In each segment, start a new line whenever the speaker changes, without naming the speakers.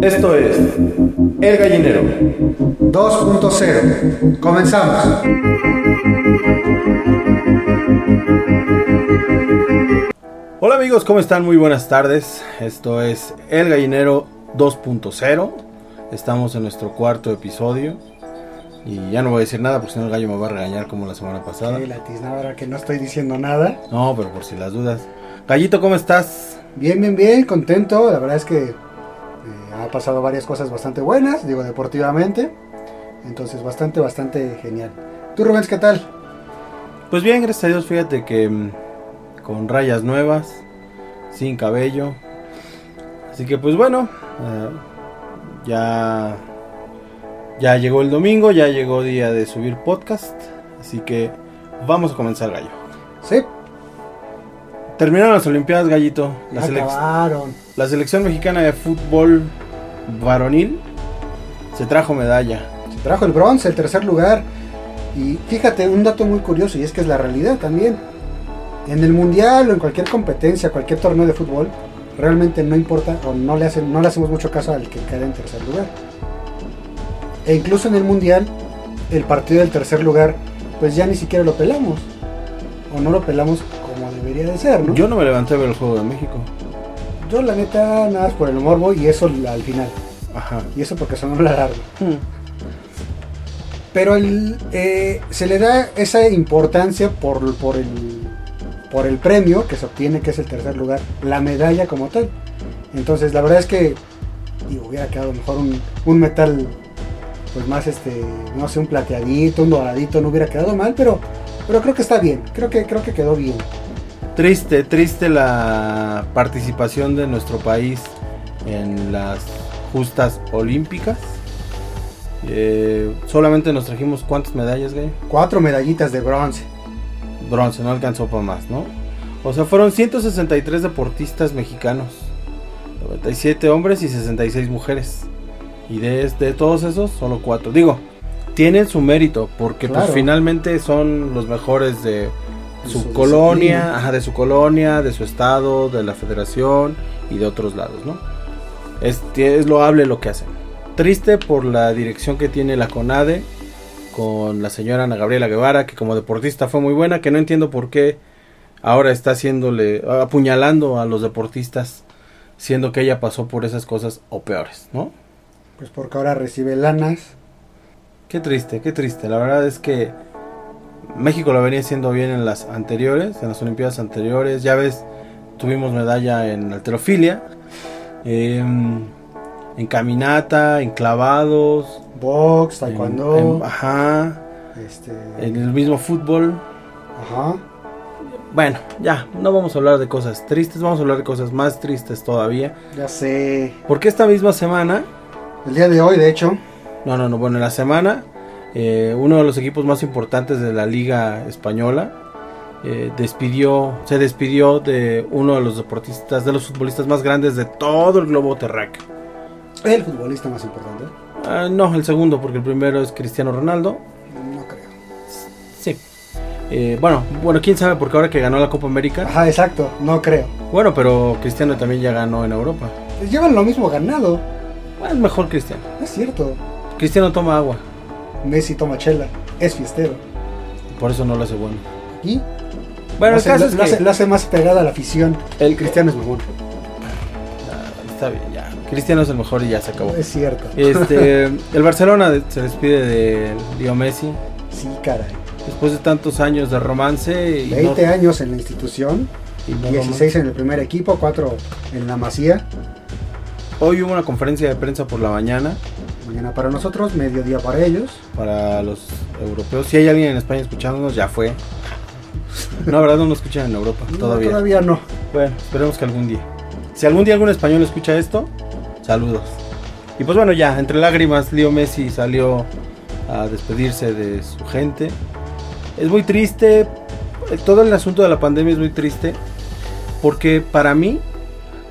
Esto es El Gallinero.
2.0. Comenzamos.
Hola amigos, ¿cómo están? Muy buenas tardes. Esto es El Gallinero 2.0. Estamos en nuestro cuarto episodio. Y ya no voy a decir nada porque si no el gallo me va a regañar como la semana pasada.
Sí, la tiznada ahora que no estoy diciendo nada.
No, pero por si las dudas. Gallito, ¿cómo estás?
Bien, bien, bien, contento. La verdad es que eh, ha pasado varias cosas bastante buenas, digo deportivamente. Entonces, bastante, bastante genial. ¿Tú, Rubens, qué tal?
Pues bien, gracias a Dios, fíjate que mm, con rayas nuevas, sin cabello. Así que pues bueno, eh, ya ya llegó el domingo, ya llegó día de subir podcast, así que vamos a comenzar, gallo.
Sí,
Terminaron las Olimpiadas, gallito. La,
ya
selec-
acabaron.
la selección mexicana de fútbol varonil se trajo medalla.
Se trajo el bronce, el tercer lugar. Y fíjate, un dato muy curioso, y es que es la realidad también. En el mundial o en cualquier competencia, cualquier torneo de fútbol, realmente no importa o no le, hacen, no le hacemos mucho caso al que queda en tercer lugar. E incluso en el mundial, el partido del tercer lugar, pues ya ni siquiera lo pelamos. O no lo pelamos como debería de ser, ¿no?
Yo no me levanté a ver el juego de México.
Yo, la neta, nada más por el morbo y eso al final.
Ajá.
Y eso porque sonó la alarma. Pero el, eh, se le da esa importancia por, por, el, por el premio que se obtiene, que es el tercer lugar, la medalla como tal. Entonces, la verdad es que digo, hubiera quedado mejor un, un metal, pues más este, no sé, un plateadito, un doradito, no hubiera quedado mal, pero, pero creo que está bien, creo que, creo que quedó bien.
Triste, triste la participación de nuestro país en las justas olímpicas. Eh, solamente nos trajimos cuántas medallas, güey.
Cuatro medallitas de bronce.
Bronce, no alcanzó para más, ¿no? O sea, fueron 163 deportistas mexicanos, 97 hombres y 66 mujeres. Y de, de todos esos, solo cuatro. Digo, tienen su mérito, porque pues,
Claro.
finalmente son los mejores de
De
su
su
colonia,
disciplina.
ajá, de su colonia, de su estado, de la federación y de otros lados, ¿no? Es, es loable lo que hacen. Triste por la dirección que tiene la CONADE con la señora Ana Gabriela Guevara, que como deportista fue muy buena, que no entiendo por qué ahora está haciéndole, apuñalando a los deportistas, siendo que ella pasó por esas cosas o peores, ¿no?
Pues porque ahora recibe lanas.
Qué triste, qué triste. La verdad es que México lo venía haciendo bien en las anteriores, en las Olimpiadas anteriores. Ya ves, tuvimos medalla en alterofilia, em, en caminata, en clavados,
Box,
en-
taekwondo.
en- ajá,
este,
en el mismo fútbol.
ajá.
Bueno, ya, no vamos a hablar de cosas tristes, vamos a hablar de cosas más tristes todavía.
Ya sé.
Porque esta misma semana,
El día de hoy, de hecho,
no, no, no, bueno, en la semana, eh, uno de los equipos más importantes de la Liga Española eh, despidió, se despidió de uno de los deportistas, de los futbolistas más grandes de todo el globo terráqueo.
el futbolista más importante.
Ah, no, el segundo, porque el primero es Cristiano Ronaldo.
No creo.
Sí. Eh, bueno, bueno, quién sabe, porque ahora que ganó la Copa América.
Ajá, exacto, no creo.
Bueno, pero Cristiano también ya ganó en Europa.
Llevan lo mismo ganado,
Bueno, mejor Cristiano.
no es cierto.
Cristiano toma agua.
Messi toma chela, es fiestero.
Por eso no lo hace bueno.
Y
Bueno,
lo,
el
hace,
caso
lo-
es que...
lo hace- lo hace más pegada a la afición.
El
Cristiano es mejor.
Ah, está bien, ya. Cristiano es el mejor y ya se acabó.
Es cierto.
Este, el Barcelona de- se despide de Leo Messi.
Sí, caray.
Después de tantos años de romance y no-
20 años en la institución,
y no
16 en el primer equipo, 4 en la masía.
romance. Hoy hubo una conferencia de prensa por la mañana
Mañana para nosotros, mediodía para ellos.
para los europeos. Si hay alguien en España escuchándonos, ya fue. No, la verdad no nos escuchan en Europa
No,
todavía.
todavía no.
Bueno, esperemos que algún día. Si algún día algún español escucha esto, saludos. Y pues bueno, ya, entre lágrimas, Leo Messi salió a despedirse de su gente. Es muy triste, eh, todo el asunto de la pandemia es muy triste, porque para mí,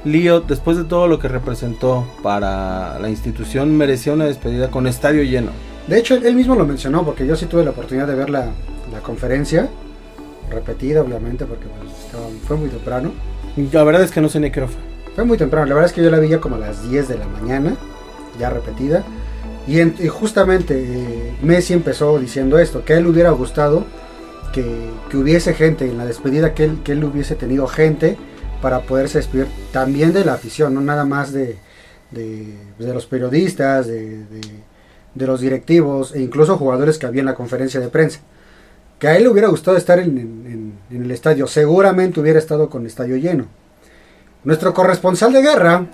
Leo, después de todo lo que representó para la institución, merecía una despedida con estadio lleno.
De hecho, él mismo lo mencionó, porque yo sí tuve la oportunidad de ver la, la conferencia, repetida obviamente, porque pues, estaba- fue muy temprano.
La verdad es que no sé ni qué hora fue.
Fue muy temprano, la verdad es que yo la vi ya como a las 10 de la mañana, ya repetida. Y, en- y justamente eh, Messi empezó diciendo esto, que a él le hubiera gustado que, que hubiese gente en la despedida, que él, que él hubiese tenido gente para poderse despedir también de la afición, no nada más de, de, de los periodistas, de, de- de los directivos e incluso jugadores que había en la conferencia de prensa. Que a él le hubiera gustado estar en, en- en- en el estadio, seguramente hubiera estado con estadio lleno. Nuestro corresponsal de guerra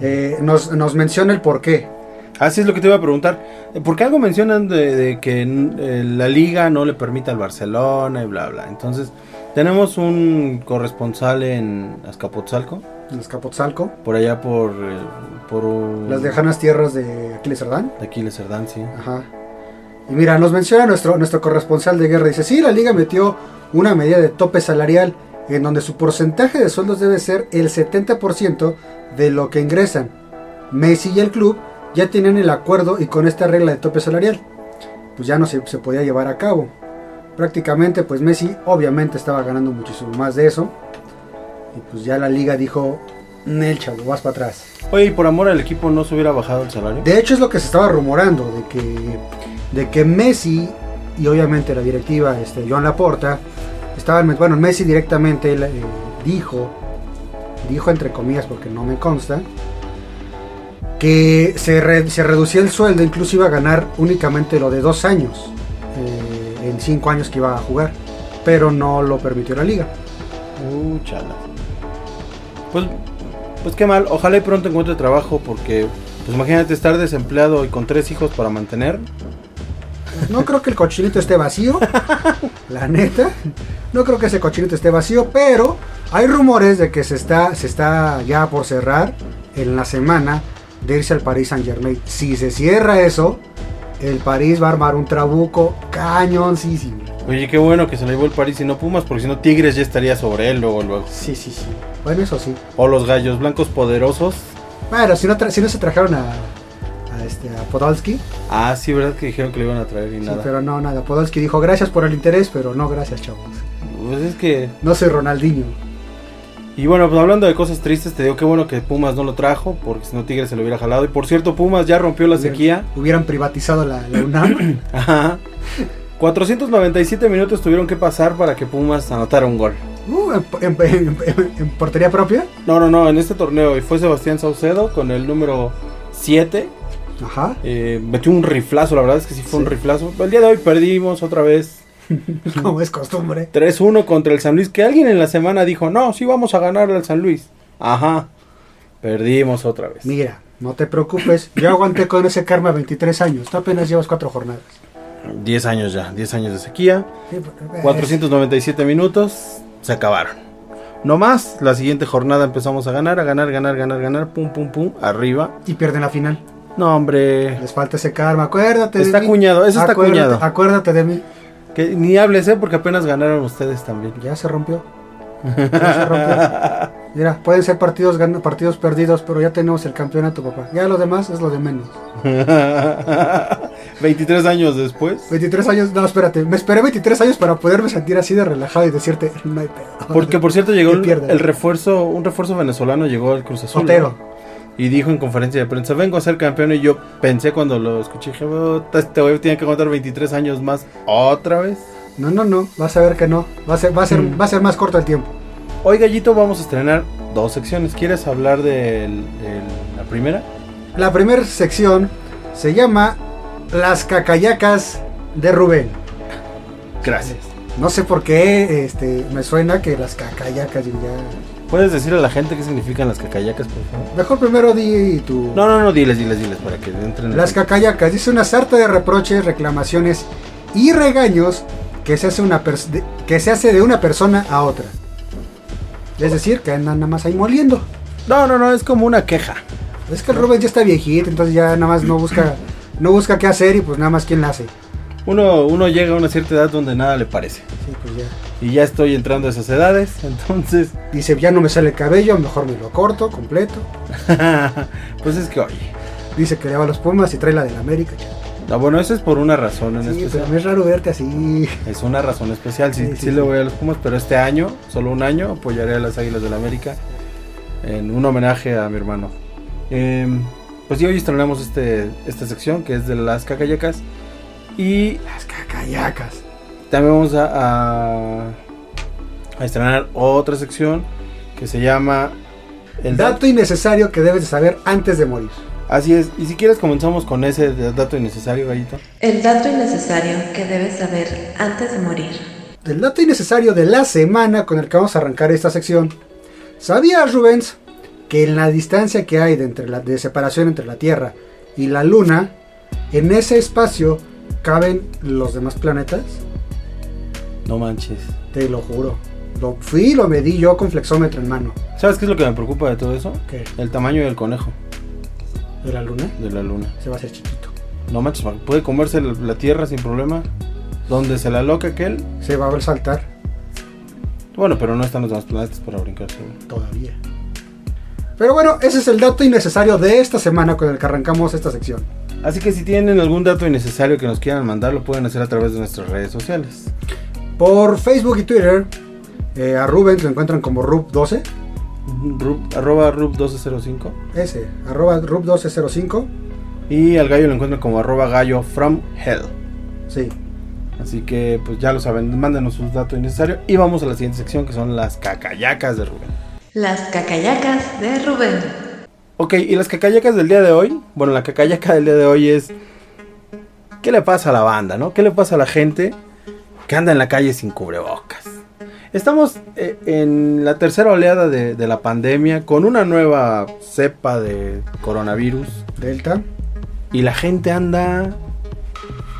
eh, nos, nos menciona el porqué.
Así es lo que te iba a preguntar. Eh, ¿Por qué algo mencionan de, de que eh, la liga no le permite al Barcelona y bla, bla? Entonces, tenemos un corresponsal en Azcapotzalco,
En Escapotzalco,
por allá por... eh, por un-
las lejanas tierras de Aquiles Cerdán.
De Aquiles Cerdán, sí.
Ajá. Y mira, nos menciona nuestro, nuestro corresponsal de guerra. Dice, sí, la liga metió una medida de tope salarial en donde su porcentaje de sueldos debe ser el 70% de lo que ingresan. Messi y el club ya tienen el acuerdo y con esta regla de tope salarial, pues ya no se, se podía llevar a cabo. Prácticamente, pues Messi obviamente estaba ganando muchísimo más de eso. Y pues ya la liga dijo, Nel chavo, vas para atrás.
Oye, y por amor al equipo no se hubiera bajado el salario.
De hecho es lo que se estaba rumorando, de que, de que Messi y obviamente la directiva, este, Joan Laporta, estaban, bueno, Messi directamente él, eh, dijo, dijo entre comillas porque no me consta, que se, re- se reducía el sueldo, incluso iba a ganar únicamente lo de dos años, eh, en cinco años que iba a jugar, pero no lo permitió la liga.
Uh, chala. Pues, pues qué mal. Ojalá y pronto encuentre trabajo porque, pues imagínate estar desempleado y con tres hijos para mantener.
No creo que el cochinito esté vacío, la neta. No creo que ese cochinito esté vacío, pero hay rumores de que se está, se está ya por cerrar en la semana de irse al Paris Saint Germain. Si se cierra eso, el París va a armar un trabuco cañoncísimo.
Oye, qué bueno que se la llevó el París y no Pumas, porque si no Tigres ya estaría sobre él luego, luego.
Sí, sí, sí. Bueno, eso sí.
O los gallos blancos poderosos.
Bueno, si no, tra- si no se trajeron a, a este, a Podolski,
Ah, sí, verdad que dijeron que le iban a traer y
Sí,
nada.
pero no, nada. Podolski dijo gracias por el interés, pero no gracias, chavos.
Pues es que...
No soy Ronaldinho.
Y bueno, pues hablando de cosas tristes, te digo qué bueno que Pumas no lo trajo, porque si no Tigres se lo hubiera jalado. Y por cierto, Pumas ya rompió la sequía.
Hubieran privatizado la, la UNAM.
Ajá. 497 minutos tuvieron que pasar para que Pumas anotara un gol.
Uh, en, en- en- en- en portería propia.
No, no, no, en este torneo. Y fue Sebastián Saucedo con el número 7.
Ajá.
Eh, metió un riflazo, la verdad es que sí fue un
Sí.
riflazo. El día de hoy perdimos otra vez
Como es costumbre.
3-1 contra el San Luis. Que alguien en la semana dijo, no, sí vamos a ganar al San Luis. Ajá. Perdimos otra vez.
Mira, no te preocupes. Yo aguanté con ese karma 23 años. Tú apenas llevas cuatro jornadas.
10 años ya, 10 años de sequía.
Sí, pero, eh,
497 minutos, se acabaron. No más, la siguiente jornada empezamos a ganar, a ganar, ganar, ganar, ganar, pum, pum, pum, arriba.
Y pierden la final.
No, hombre,
Les falta ese karma. Acuérdate
Está
de mí.
cuñado, eso está
Acuérdate-
cuñado.
Acuérdate de mí.
que ni hables, ¿eh? Porque apenas ganaron ustedes también.
Ya se rompió. Ya se rompió. Mira, pueden ser partidos, gan- partidos perdidos, pero ya tenemos el campeonato, papá. Ya lo demás es lo de menos.
23 años después.
23 años, no, espérate. Me esperé 23 años para poderme sentir así de relajado y decirte, no hay pedo.
Porque por cierto llegó
Que
el,
pierdan.
el refuerzo, un refuerzo venezolano llegó al Cruz Azul.
Otero.
Y dijo en conferencia de prensa, vengo a ser campeón. Y yo pensé cuando lo escuché, dije, "Puta, este güey tiene que aguantar 23 años más otra vez.
No, no, no, vas a ver que no. Va a ser, va a ser,
Mm.
va a ser más corto el tiempo.
Hoy, Gallito, vamos a estrenar dos secciones. ¿Quieres hablar de la primera?
La primera sección se llama Las cacayacas de Rubén.
Gracias.
No sé por qué este, me suena que las cacayacas digo, ya.
¿Puedes decir a la gente qué significan las cacayacas, por favor?
Mejor primero di tu.
No, no, no, diles, diles, diles, para que entren. en-
Las cacayacas dice una sarta de reproches, reclamaciones y regaños que se hace una pers- de- que se hace de una persona a otra. Es decir, que andan nada más ahí moliendo.
No, no, no, es como una queja.
Es que el Rubén ya está viejito, entonces ya nada más no busca, no busca qué hacer y pues nada más quién la hace.
Uno, uno llega a una cierta edad donde nada le parece.
Sí, pues ya.
Y ya estoy entrando a esas edades, entonces.
Dice, ya no me sale el cabello, mejor me lo corto, completo.
pues es que, oye.
Dice que le va a los Pumas y trae la del América.
No, bueno, eso es por una razón en
Sí, pero
especial.
me es raro verte así.
Es una razón especial. Sí,
Sí,
sí,
sí,
le
sí.
voy a los Pumas, pero este año, solo un año, apoyaré a las Águilas del América. en un homenaje a mi hermano. Em, pues y hoy estrenamos este, esta sección que es de las cacayacas. Y
Las cacayacas.
también vamos a, a- a estrenar otra sección que se llama
El dato innecesario que debes de saber antes de morir.
Así es. Y si quieres comenzamos con ese de- dato innecesario, gallito.
El dato innecesario que debes saber antes de morir.
El dato innecesario de la semana con el que vamos a arrancar esta sección. ¿Sabías, Rubens, que en la distancia que hay de, entre la, de separación entre la Tierra y la Luna, en ese espacio caben los demás planetas?
No manches.
Te lo juro. Lo fui y lo medí yo con flexómetro en mano.
¿Sabes qué es lo que me preocupa de todo eso?
¿Qué?
El tamaño del conejo
¿De la Luna?
de la luna.
Se va a hacer chiquito.
No manches, man, puede comerse la la tierra sin problema. Donde se la loca aquel.
Se va a saltar
Bueno, pero no están los demás planetas para brincarse. güey.
todavía. Pero bueno, ese es el dato innecesario de esta semana con el que arrancamos esta sección.
Así que si tienen algún dato innecesario que nos quieran mandar, lo pueden hacer a través de nuestras redes sociales.
Por Facebook y Twitter, eh, a Rubens lo encuentran como Rub12.
Rub- arroba Rub1205.
Ese, arroba Rub1205.
Y al gallo lo encuentran como arroba gallo from hell.
Sí,
Así que pues ya lo saben, mándenos sus datos innecesarios. Y vamos a la siguiente sección que son las cacayacas de Rubén.
Las cacayacas de Rubén.
Ok, y las cacayacas del día de hoy. Bueno, la cacayaca del día de hoy es. ¿Qué le pasa a la banda, no? ¿Qué le pasa a la gente que anda en la calle sin cubrebocas? Estamos eh, en la tercera oleada de, de la pandemia con una nueva cepa de coronavirus
Delta.
y la gente anda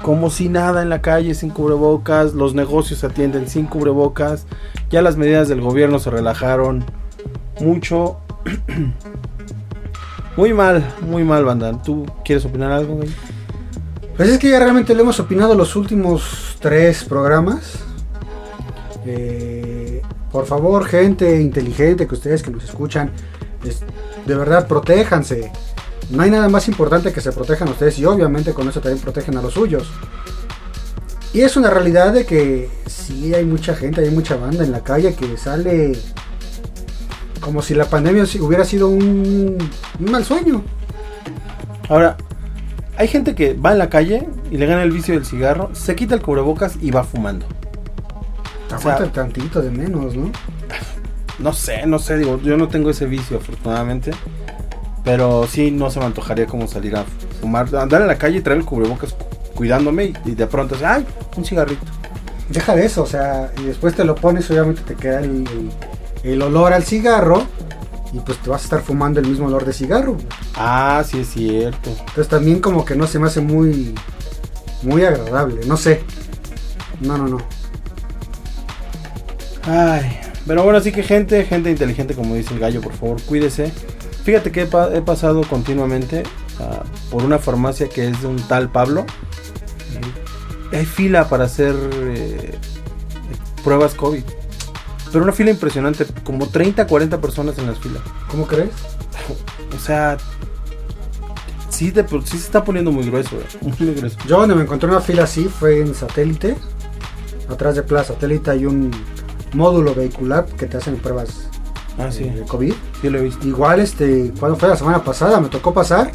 como si nada en la calle sin cubrebocas, los negocios se atienden sin cubrebocas, ya las medidas del gobierno se relajaron mucho. Muy mal, muy mal, Bandan. ¿Tú quieres opinar algo, güey?
Pues es que ya realmente le hemos opinado los últimos tres programas. Eh, por favor, gente inteligente que ustedes que nos escuchan, es- de verdad, protéjanse. No hay nada más importante que se protejan ustedes y obviamente con eso también protegen a los suyos. Y es una realidad de que sí hay mucha gente, hay mucha banda en la calle que sale como si la pandemia si- hubiera sido un, un mal sueño.
Ahora, hay gente que va en la calle y le gana el vicio del cigarro, se quita el cubrebocas y va fumando.
Aguanta tantito de menos, ¿no?
No sé, no sé, digo, yo no tengo ese vicio afortunadamente. Pero sí, no se me antojaría como salir a fumar, andar en la calle y traer el cubrebocas cu- cuidándome y, y de pronto, así, ay, un cigarrito.
Deja de eso, o sea, y después te lo pones, obviamente te queda el, el olor al cigarro y pues te vas a estar fumando el mismo olor de cigarro. güey.
Ah, sí es cierto.
Entonces también como que no se me hace muy, muy agradable, no sé. No, no, no.
Ay, pero bueno, así que gente, gente inteligente, como dice el gallo, por favor, cuídese. Fíjate que he, pa- he pasado continuamente ah, por una farmacia que es de un tal Pablo. Hay fila para hacer eh, pruebas COVID. Pero una fila impresionante, como 30, 40 personas en las filas.
¿Cómo crees?
O sea, sí, te- sí se está poniendo muy grueso, güey, muy grueso.
Yo donde me encontré una fila así fue en satélite. Atrás de Plaza Satélite hay un módulo vehicular que te hacen pruebas
Ah, sí,
eh, de COVID.
sí lo he visto.
Igual, este, cuando fue la semana pasada, me tocó pasar.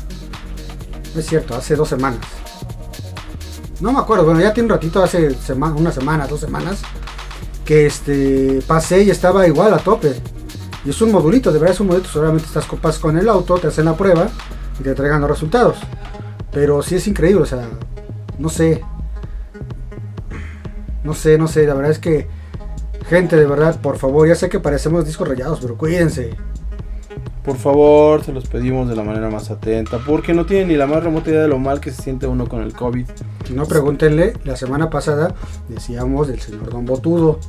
No es cierto, hace dos semanas. No me acuerdo, bueno, ya tiene un ratito, hace sema- una semana, dos semanas, que este, pasé y estaba igual a tope. Y es un modulito, de verdad es un modulito, solamente estás copas con el auto, te hacen la prueba y te entregan los resultados. Pero sí es increíble, o sea, no sé. No sé, no sé, la verdad es que, gente, de verdad, por favor, ya sé que parecemos discos rayados, pero cuídense.
Por favor, se los pedimos de la manera más atenta, porque no tienen ni la más remota idea de lo mal que se siente uno con el COVID.
Si no, pregúntenle, la semana pasada decíamos del señor Don Botudo.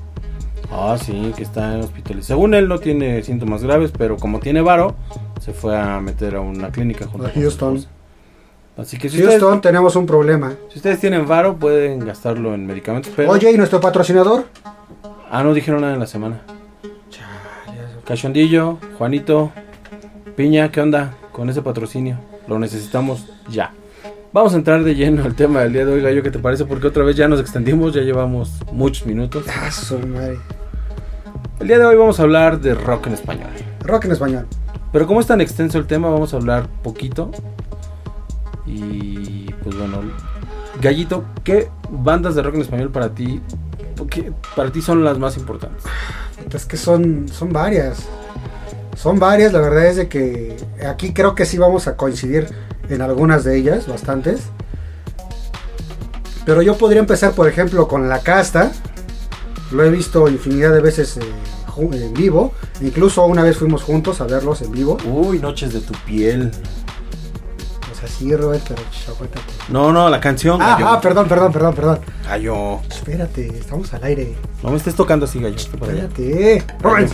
Ah, sí, que está en hospitales. Según él no tiene síntomas graves, pero como tiene varo, se fue a meter a una clínica junto
A
con su
Houston.
esposa. Así que si,
Houston,
Ustedes,
tenemos un problema.
si ustedes tienen varo, pueden gastarlo en medicamentos. Pero...
Oye, ¿y nuestro patrocinador?
Ah, no dijeron nada en la semana. Cachondillo, Juanito, Piña, ¿qué onda con ese patrocinio? Lo necesitamos ya. Vamos a entrar de lleno al tema del día de hoy, Gallo, ¿qué te parece? Porque otra vez ya nos extendimos, ya llevamos muchos minutos.
Ah, su madre.
El día de hoy vamos a hablar de rock en español.
Rock en español.
Pero como es tan extenso el tema, vamos a hablar poquito. Y pues bueno, Gallito, ¿qué bandas de rock en español para ti, qué- para ti son las más importantes?
Es que son, son varias. Son varias, la verdad es de que aquí creo que sí vamos a coincidir en algunas de ellas, bastantes. Pero yo podría empezar, por ejemplo, con La Casta. Lo he visto infinidad de veces eh, ju- en vivo. Incluso una vez fuimos juntos a verlos en vivo.
Uy, Noches de tu piel.
O sea, sí, Robert, pero ch, aguántate.
No, no, la canción.
Ah,
gallo.
ah, perdón, perdón, perdón, perdón.
Gallo.
Espérate, estamos al aire.
No me estés tocando así, gallo. Vete para allá.
Espérate. Robert.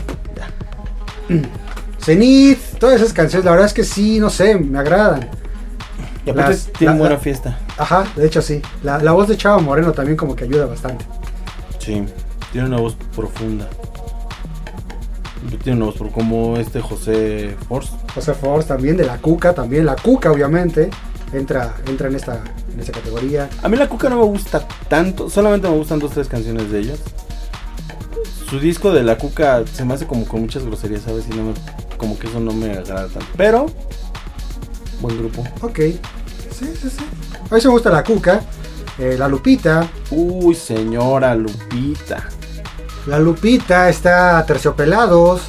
Zenith, todas esas canciones, la verdad es que sí, no sé, me agradan.
Y aparte
Las-
tienen
la-
buena
la-
fiesta.
Ajá, de hecho sí. La, la voz de Chava Moreno también como que ayuda bastante.
Sí. Tiene una voz profunda. Tiene una voz profunda, como este José Force.
José Force también, de la Cuca también. La Cuca, obviamente, entra, entra en, esta, en esta categoría.
A mí la Cuca no me gusta tanto, solamente me gustan dos tres canciones de ellas. Su disco de la Cuca se me hace como con muchas groserías, ¿sabes? Y no me, como que eso no me agrada tanto. Pero, buen grupo.
Ok. Sí, sí, sí. A mí sí me gusta la Cuca. eh, la Lupita.
Uy, señora Lupita.
La Lupita está terciopelados.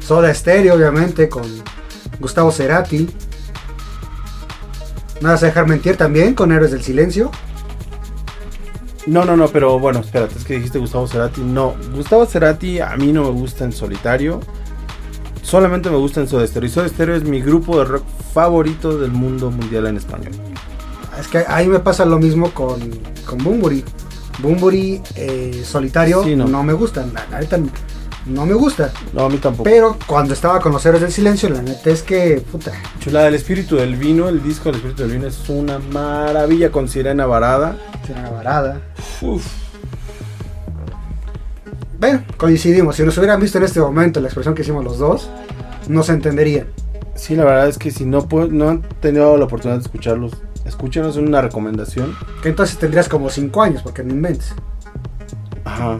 Soda Estéreo, obviamente, con Gustavo Cerati. No vas a dejar mentir también con Héroes del Silencio.
No, no, no, pero bueno, espérate, es que dijiste Gustavo Cerati. No, Gustavo Cerati a mí no me gusta en solitario. Solamente me gusta en Soda Stereo. Y Soda Stereo es mi grupo de rock favorito del mundo mundial en español.
Es que ahí me pasa lo mismo con, con Bumburi. Bumburi eh, solitario
Sí, no.
no. me gusta. la- La neta no me gusta.
No, a mí tampoco.
Pero cuando estaba con los Héroes del Silencio, la neta es que, puta,
Chulada, el espíritu del vino, el disco del espíritu del vino es una maravilla con sirena varada.
tiene una varada.
Uf.
Bueno, coincidimos. Si nos hubieran visto en este momento la expresión que hicimos los dos, nos entenderían.
Sí, la verdad es que si no, pu- no han tenido la oportunidad de escucharlos, escúchenos en una recomendación.
Que entonces tendrías como 5 años, porque no inventes.
Ajá.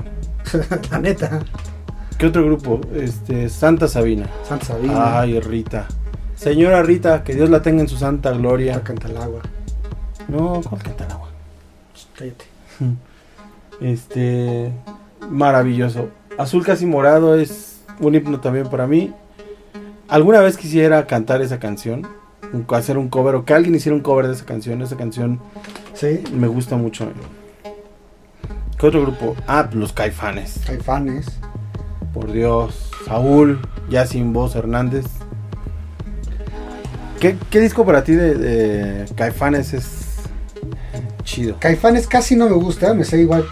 la neta.
¿Qué otro grupo? Este, Santa Sabina.
Santa Sabina.
Ay, Rita. Señora Rita, que Dios la tenga en su santa gloria.
Canta el agua.
No, ¿cuál Cantalagua?
Cállate.
Este, maravilloso. Azul casi morado es un himno también para mí. Alguna vez quisiera cantar esa canción, un- hacer un cover o que alguien hiciera un cover de esa canción. Esa canción
Sí,
me gusta mucho. ¿Qué otro grupo? Ah, los Caifanes.
hay fans.
Por Dios. Saúl, ya sin voz, Hernández. ¿Qué, qué disco para ti de, de Caifanes es chido?
Caifanes casi no me gusta, me sé igual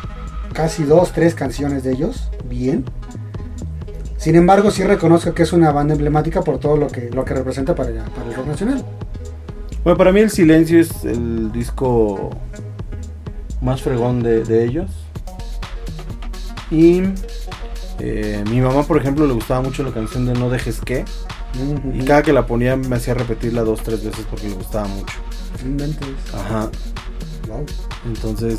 casi dos, tres canciones de ellos, bien. Sin embargo, sí reconozco que es una banda emblemática por todo lo que, lo que representa para, para el rock nacional.
Bueno, para mí El Silencio es el disco más fregón de, de ellos. Y eh, mi mamá, por ejemplo, le gustaba mucho la canción de No dejes que. Y cada que la ponía me hacía repetirla dos, tres veces porque le gustaba mucho.
No inventes.
Ajá.
Wow.
Entonces,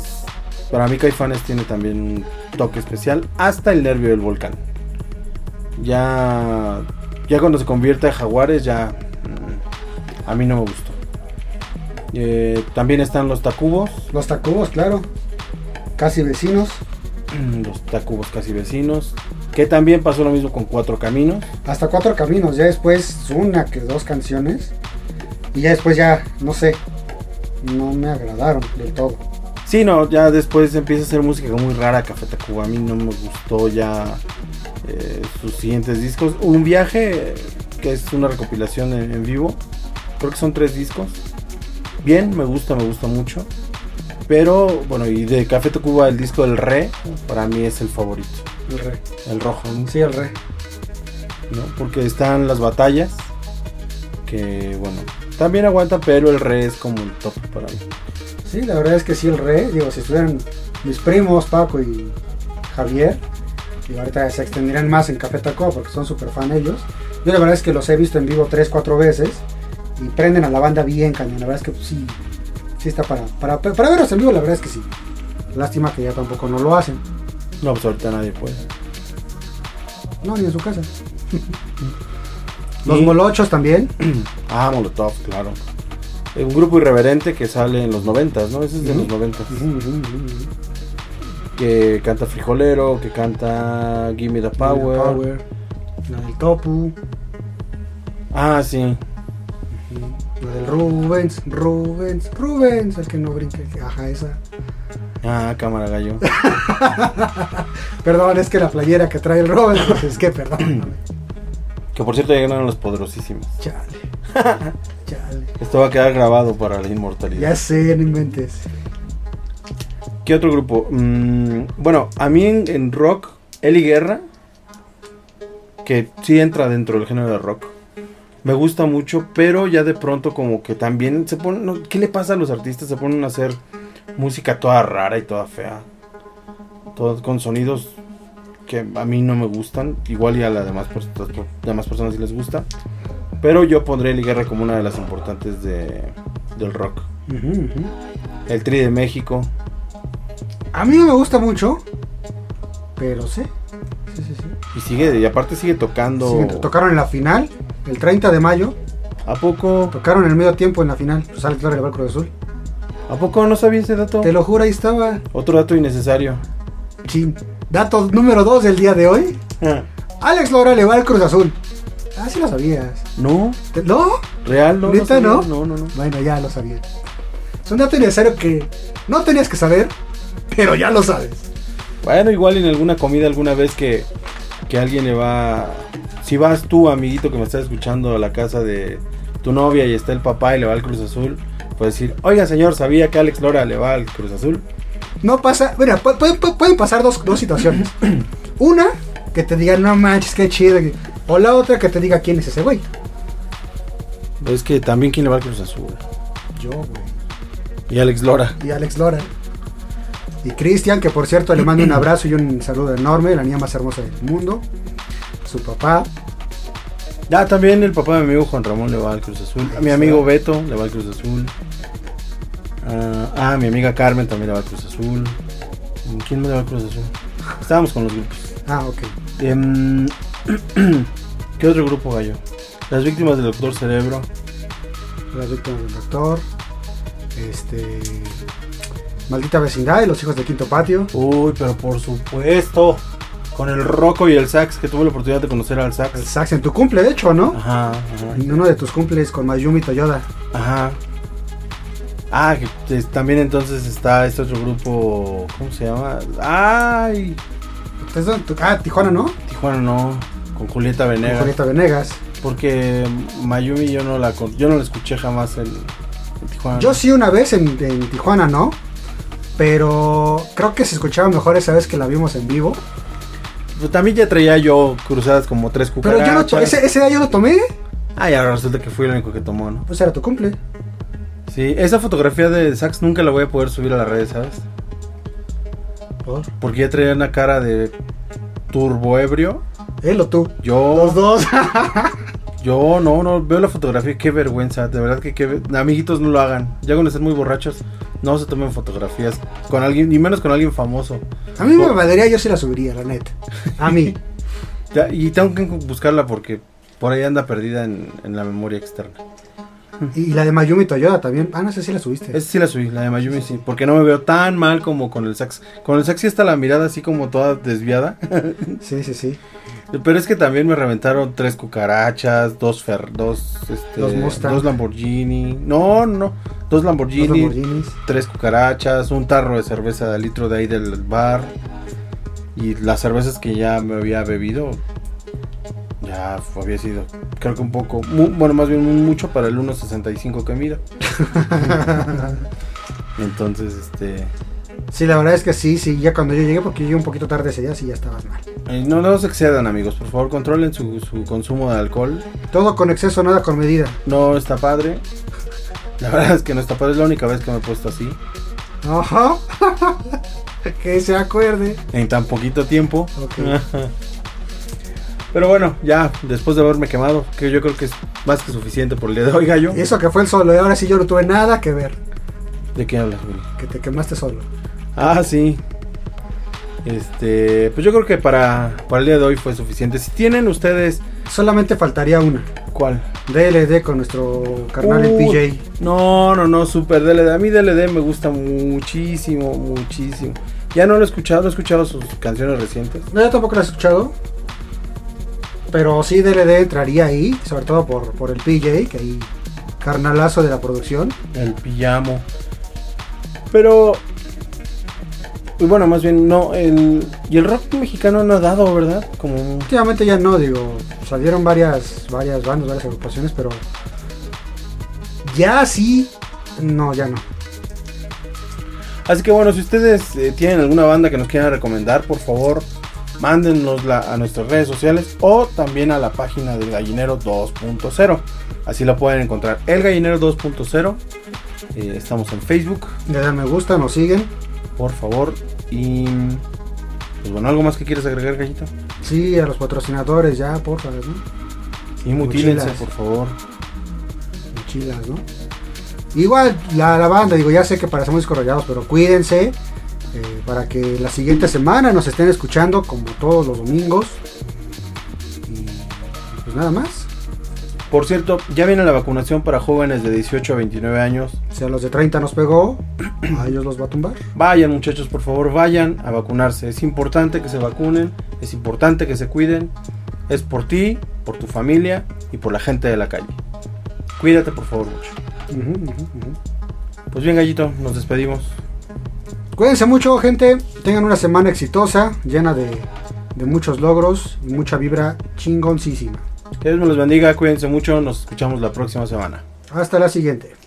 para mí Caifanes tiene también un toque especial. Hasta el nervio del volcán. Ya, ya cuando se convierte a Jaguares, ya mm, a mí no me gustó. Eh, también están los Tacubos.
Los Tacubos, claro. Casi vecinos.
los Tacubos casi vecinos, que también pasó lo mismo con Cuatro Caminos.
Hasta cuatro caminos. Ya después una que dos canciones. Y ya después ya, no sé. No me agradaron del todo.
Sí, no, ya después empieza a hacer música muy rara Café Tacuba, a mí no me gustó ya eh, sus siguientes discos. Un viaje, eh, que es una recopilación en, en vivo, creo que son tres discos. Bien, me gusta, me gusta mucho. Pero bueno, y de Café Tacuba el disco del Re, para mí es el favorito,
El rey.
el rojo. ¿no?
Sí, el rey.
¿no? Porque están las batallas, que bueno, también aguanta, pero el re es como el top para mí.
Sí, la verdad es que sí, el re. Digo, si estuvieran mis primos, Paco y Javier, y ahorita se extenderían más en Café Tacuba porque son súper fan ellos. Yo la verdad es que los he visto en vivo 3, 4 veces y prenden a la banda bien cañón. La verdad es que pues, sí, sí está para, para, para verlos en vivo, la verdad es que sí. Lástima que ya tampoco no lo hacen.
No, pues ahorita nadie puede.
No, ni en su casa. Los
Y-
molochos también.
Ah, Molotov, claro. Eh, Un grupo irreverente que sale en los noventas, ¿no? Ese es de
Ujú.
los noventas. Que canta Frijolero, que canta Gimme the Power.
Power. La del Topu.
Ah, sí.
La del Rubens. Rubens. Rubens. El que no brinca. el que- Ajá, esa.
Ah, cámara gallo.
Perdón, es que la playera que trae el Rubens. pues, es que perdón.
que por cierto ya ganaron los poderosísimos.
Chale. Chale.
Esto va a quedar grabado para la inmortalidad.
Ya sé, no inventes.
¿Qué otro grupo? Mm, bueno, a mí en, en rock, Eli Guerra, que sí entra dentro del género de rock, me gusta mucho, pero ya de pronto como que también se ponen... no, ¿Qué le pasa a los artistas? Se ponen a hacer música toda rara y toda fea. Todo, con sonidos que a mí no me gustan, igual y a las demás, pers- las demás personas sí les gusta. Pero yo pondré Eli Guerra como una de las importantes de, del rock. El Tri de México,
A mí no me gusta mucho. Pero sé. Sí, sí, sí.
Y sigue, y aparte sigue tocando.
Siguiente, tocaron en la final, el 30 de mayo.
¿A poco?
Tocaron el medio tiempo en la final. Pues sale claro el barco de azul.
¿A poco no sabía ese dato?
Te lo juro, ahí estaba.
Otro dato innecesario.
Chin. Dato número 2 del día de hoy.
Ah.
Alex Lora le va al Cruz Azul. Ah, sí lo sabías.
No,
¿Te- ¿No?
real, no.
¿Neta,
sabía.
no?
No, no, no.
Bueno, ya lo sabía. Es un dato innecesario que no tenías que saber, pero ya lo sabes.
Bueno, igual en alguna comida, alguna vez que, que alguien le va. Si vas tú, amiguito que me estás escuchando, a la casa de tu novia y está el papá y le va al Cruz Azul, puedes decir: Oiga, señor, ¿sabía que Alex Lora le va al Cruz Azul?
No pasa. Mira, pu- pu- pu- pueden pasar dos, dos situaciones. Una, que te diga, no manches, qué chido. O la otra, que te diga quién es ese güey.
Es que también, ¿quién le va al Cruz Azul?
Yo, güey.
Y Alex Lora.
y Alex Lora. Y Cristian, que por cierto le mando un abrazo y un saludo enorme, la niña más hermosa del mundo. Su papá,
Ah, también el papá de mi amigo Juan Ramón le va al Cruz Azul. A mi amigo Beto le va al Cruz Azul. Ah, ah, mi amiga Carmen también le va al Cruz Azul. ¿Quién me le va al Cruz Azul? Estábamos con los grupos.
ah, ok.
Em, ¿Qué otro grupo gallo? Las víctimas del Doctor Cerebro.
Las víctimas del doctor. Este. Maldita vecindad y los hijos del quinto patio.
Uy, pero por supuesto. Con el Rocco y el Sax, que tuve la oportunidad de conocer al
El
Sax.
sax en tu cumple, de hecho, ¿no?
Ajá, ajá.
En uno de tus cumples con Mayumi Toyoda.
Ajá. Ah, que eh, también entonces está este otro grupo. ¿Cómo se llama? ¡Ay!
¿Ustedes dónde- tu- Ah, Tijuana, ¿no?
Tijuana no, con Julieta
Con
Venegas.
Julieta Venegas.
Porque Mayumi yo no la con- yo no la escuché jamás en, en Tijuana.
Yo sí una vez en, en Tijuana, ¿no? Pero creo que se escuchaba mejor esa vez que la vimos en vivo.
Pues también ya traía yo cruzadas como tres
Pero
cucarachas.
yo no to- ese, ese día yo lo tomé.
Ah, y ahora resulta que fui el único que tomó, ¿no?
Pues era tu cumple.
Sí, esa fotografía de Sax nunca la voy a poder subir a las redes, ¿sabes? Porque ya traía una cara de turbo ebrio.
Él o tú.
Yo,
Los dos.
yo no, no, veo la fotografía, qué vergüenza, de verdad que qué... ve- Amiguitos, no lo hagan. Ya cuando estén muy borrachos, no se tomen fotografías con alguien, ni menos con alguien famoso.
A mí me valería, yo sí la subiría, la neta. A mí.
Ya, y tengo que buscarla porque por ahí anda perdida en, en la memoria externa.
Y la de Mayumi Toyoda también. Ah, no sé si la subiste.
Esa sí la subí, la de Mayumi sí, porque no me veo tan mal como con el sax. Con el sax sí está la mirada así como toda desviada.
Sí, sí, sí.
Pero es que también me reventaron tres cucarachas, dos fer, dos, este,
Dos Mustang.
dos Lamborghini. No, no, dos Lamborghini,
Los Lamborghinis.
tres cucarachas, un tarro de cerveza de litro de ahí del bar. Y las cervezas que ya me había bebido, ya fue- había sido, creo que un poco, mu- bueno, más bien un mucho para el 1.65 que mido. Entonces, este.
Sí, la verdad es que sí, sí. Ya cuando yo llegué, porque yo llegué un poquito tarde ese día, sí, ya estabas mal.
eh, No, no se excedan, amigos, por favor, controlen su, su consumo de alcohol.
Todo con exceso, nada con medida.
No está padre. La verdad es que no está padre, es la única vez que me he puesto así.
Ajá. que se acuerde.
En tan poquito tiempo.
Ok.
Pero bueno, ya, después de haberme quemado, que yo creo que es más que suficiente por el día de hoy, gallo.
Eso que fue el solo, y ahora sí yo no tuve nada que ver.
¿De qué hablas, Willy?
Que te quemaste solo.
Ah, sí. Este, pues yo creo que para, para el día de hoy fue suficiente. Si tienen ustedes,
Solamente faltaría una.
¿cuál?
DLD con nuestro carnal el
Uh,
PJ.
No, no, no, super DLD. A mí DLD me gusta muchísimo, muchísimo. Ya no lo he escuchado, no he escuchado sus canciones recientes.
No, yo tampoco lo he escuchado. Pero sí DLD entraría ahí, sobre todo por, por el PJ, que ahí carnalazo de la producción.
El pijamo. Pero. y Bueno, más bien, no. El, y el rock mexicano no ha dado, ¿verdad? Como.
Últimamente ya no, digo, salieron varias, varias bandas, varias agrupaciones, pero ya sí, no, ya no.
Así que bueno, si ustedes eh, tienen alguna banda que nos quieran recomendar, por favor, mándenosla a nuestras redes sociales o también a la página del Gallinero 2.0. Así la pueden encontrar. El Gallinero 2.0. Eh, estamos en Facebook,
Le dan me gusta, nos siguen.
por favor. Y. Pues bueno, ¿algo más que quieres agregar, Gallito?
Sí, a los patrocinadores ya, por favor, ¿no?
Y mutílense,
Mochilas.
por favor.
Mochilas, ¿no? Igual la, la banda, digo, ya sé que parecemos descorrollados, pero cuídense eh, para que la siguiente semana nos estén escuchando como todos los domingos. Y pues nada más.
Por cierto, ya viene la vacunación para jóvenes de 18 a 29 años.
Si a los de 30 nos pegó, a ellos los va a tumbar.
Vayan muchachos, por favor, vayan a vacunarse. Es importante que se vacunen, es importante que se cuiden. Es por ti, por tu familia y por la gente de la calle. Cuídate, por favor, mucho.
Ujú, ujú, ujú.
Pues bien, gallito, nos despedimos.
Cuídense mucho, gente. Tengan una semana exitosa, llena de, de muchos logros y mucha vibra chingoncísima.
Que Dios me los bendiga, cuídense mucho, nos escuchamos la próxima semana.
Hasta la siguiente.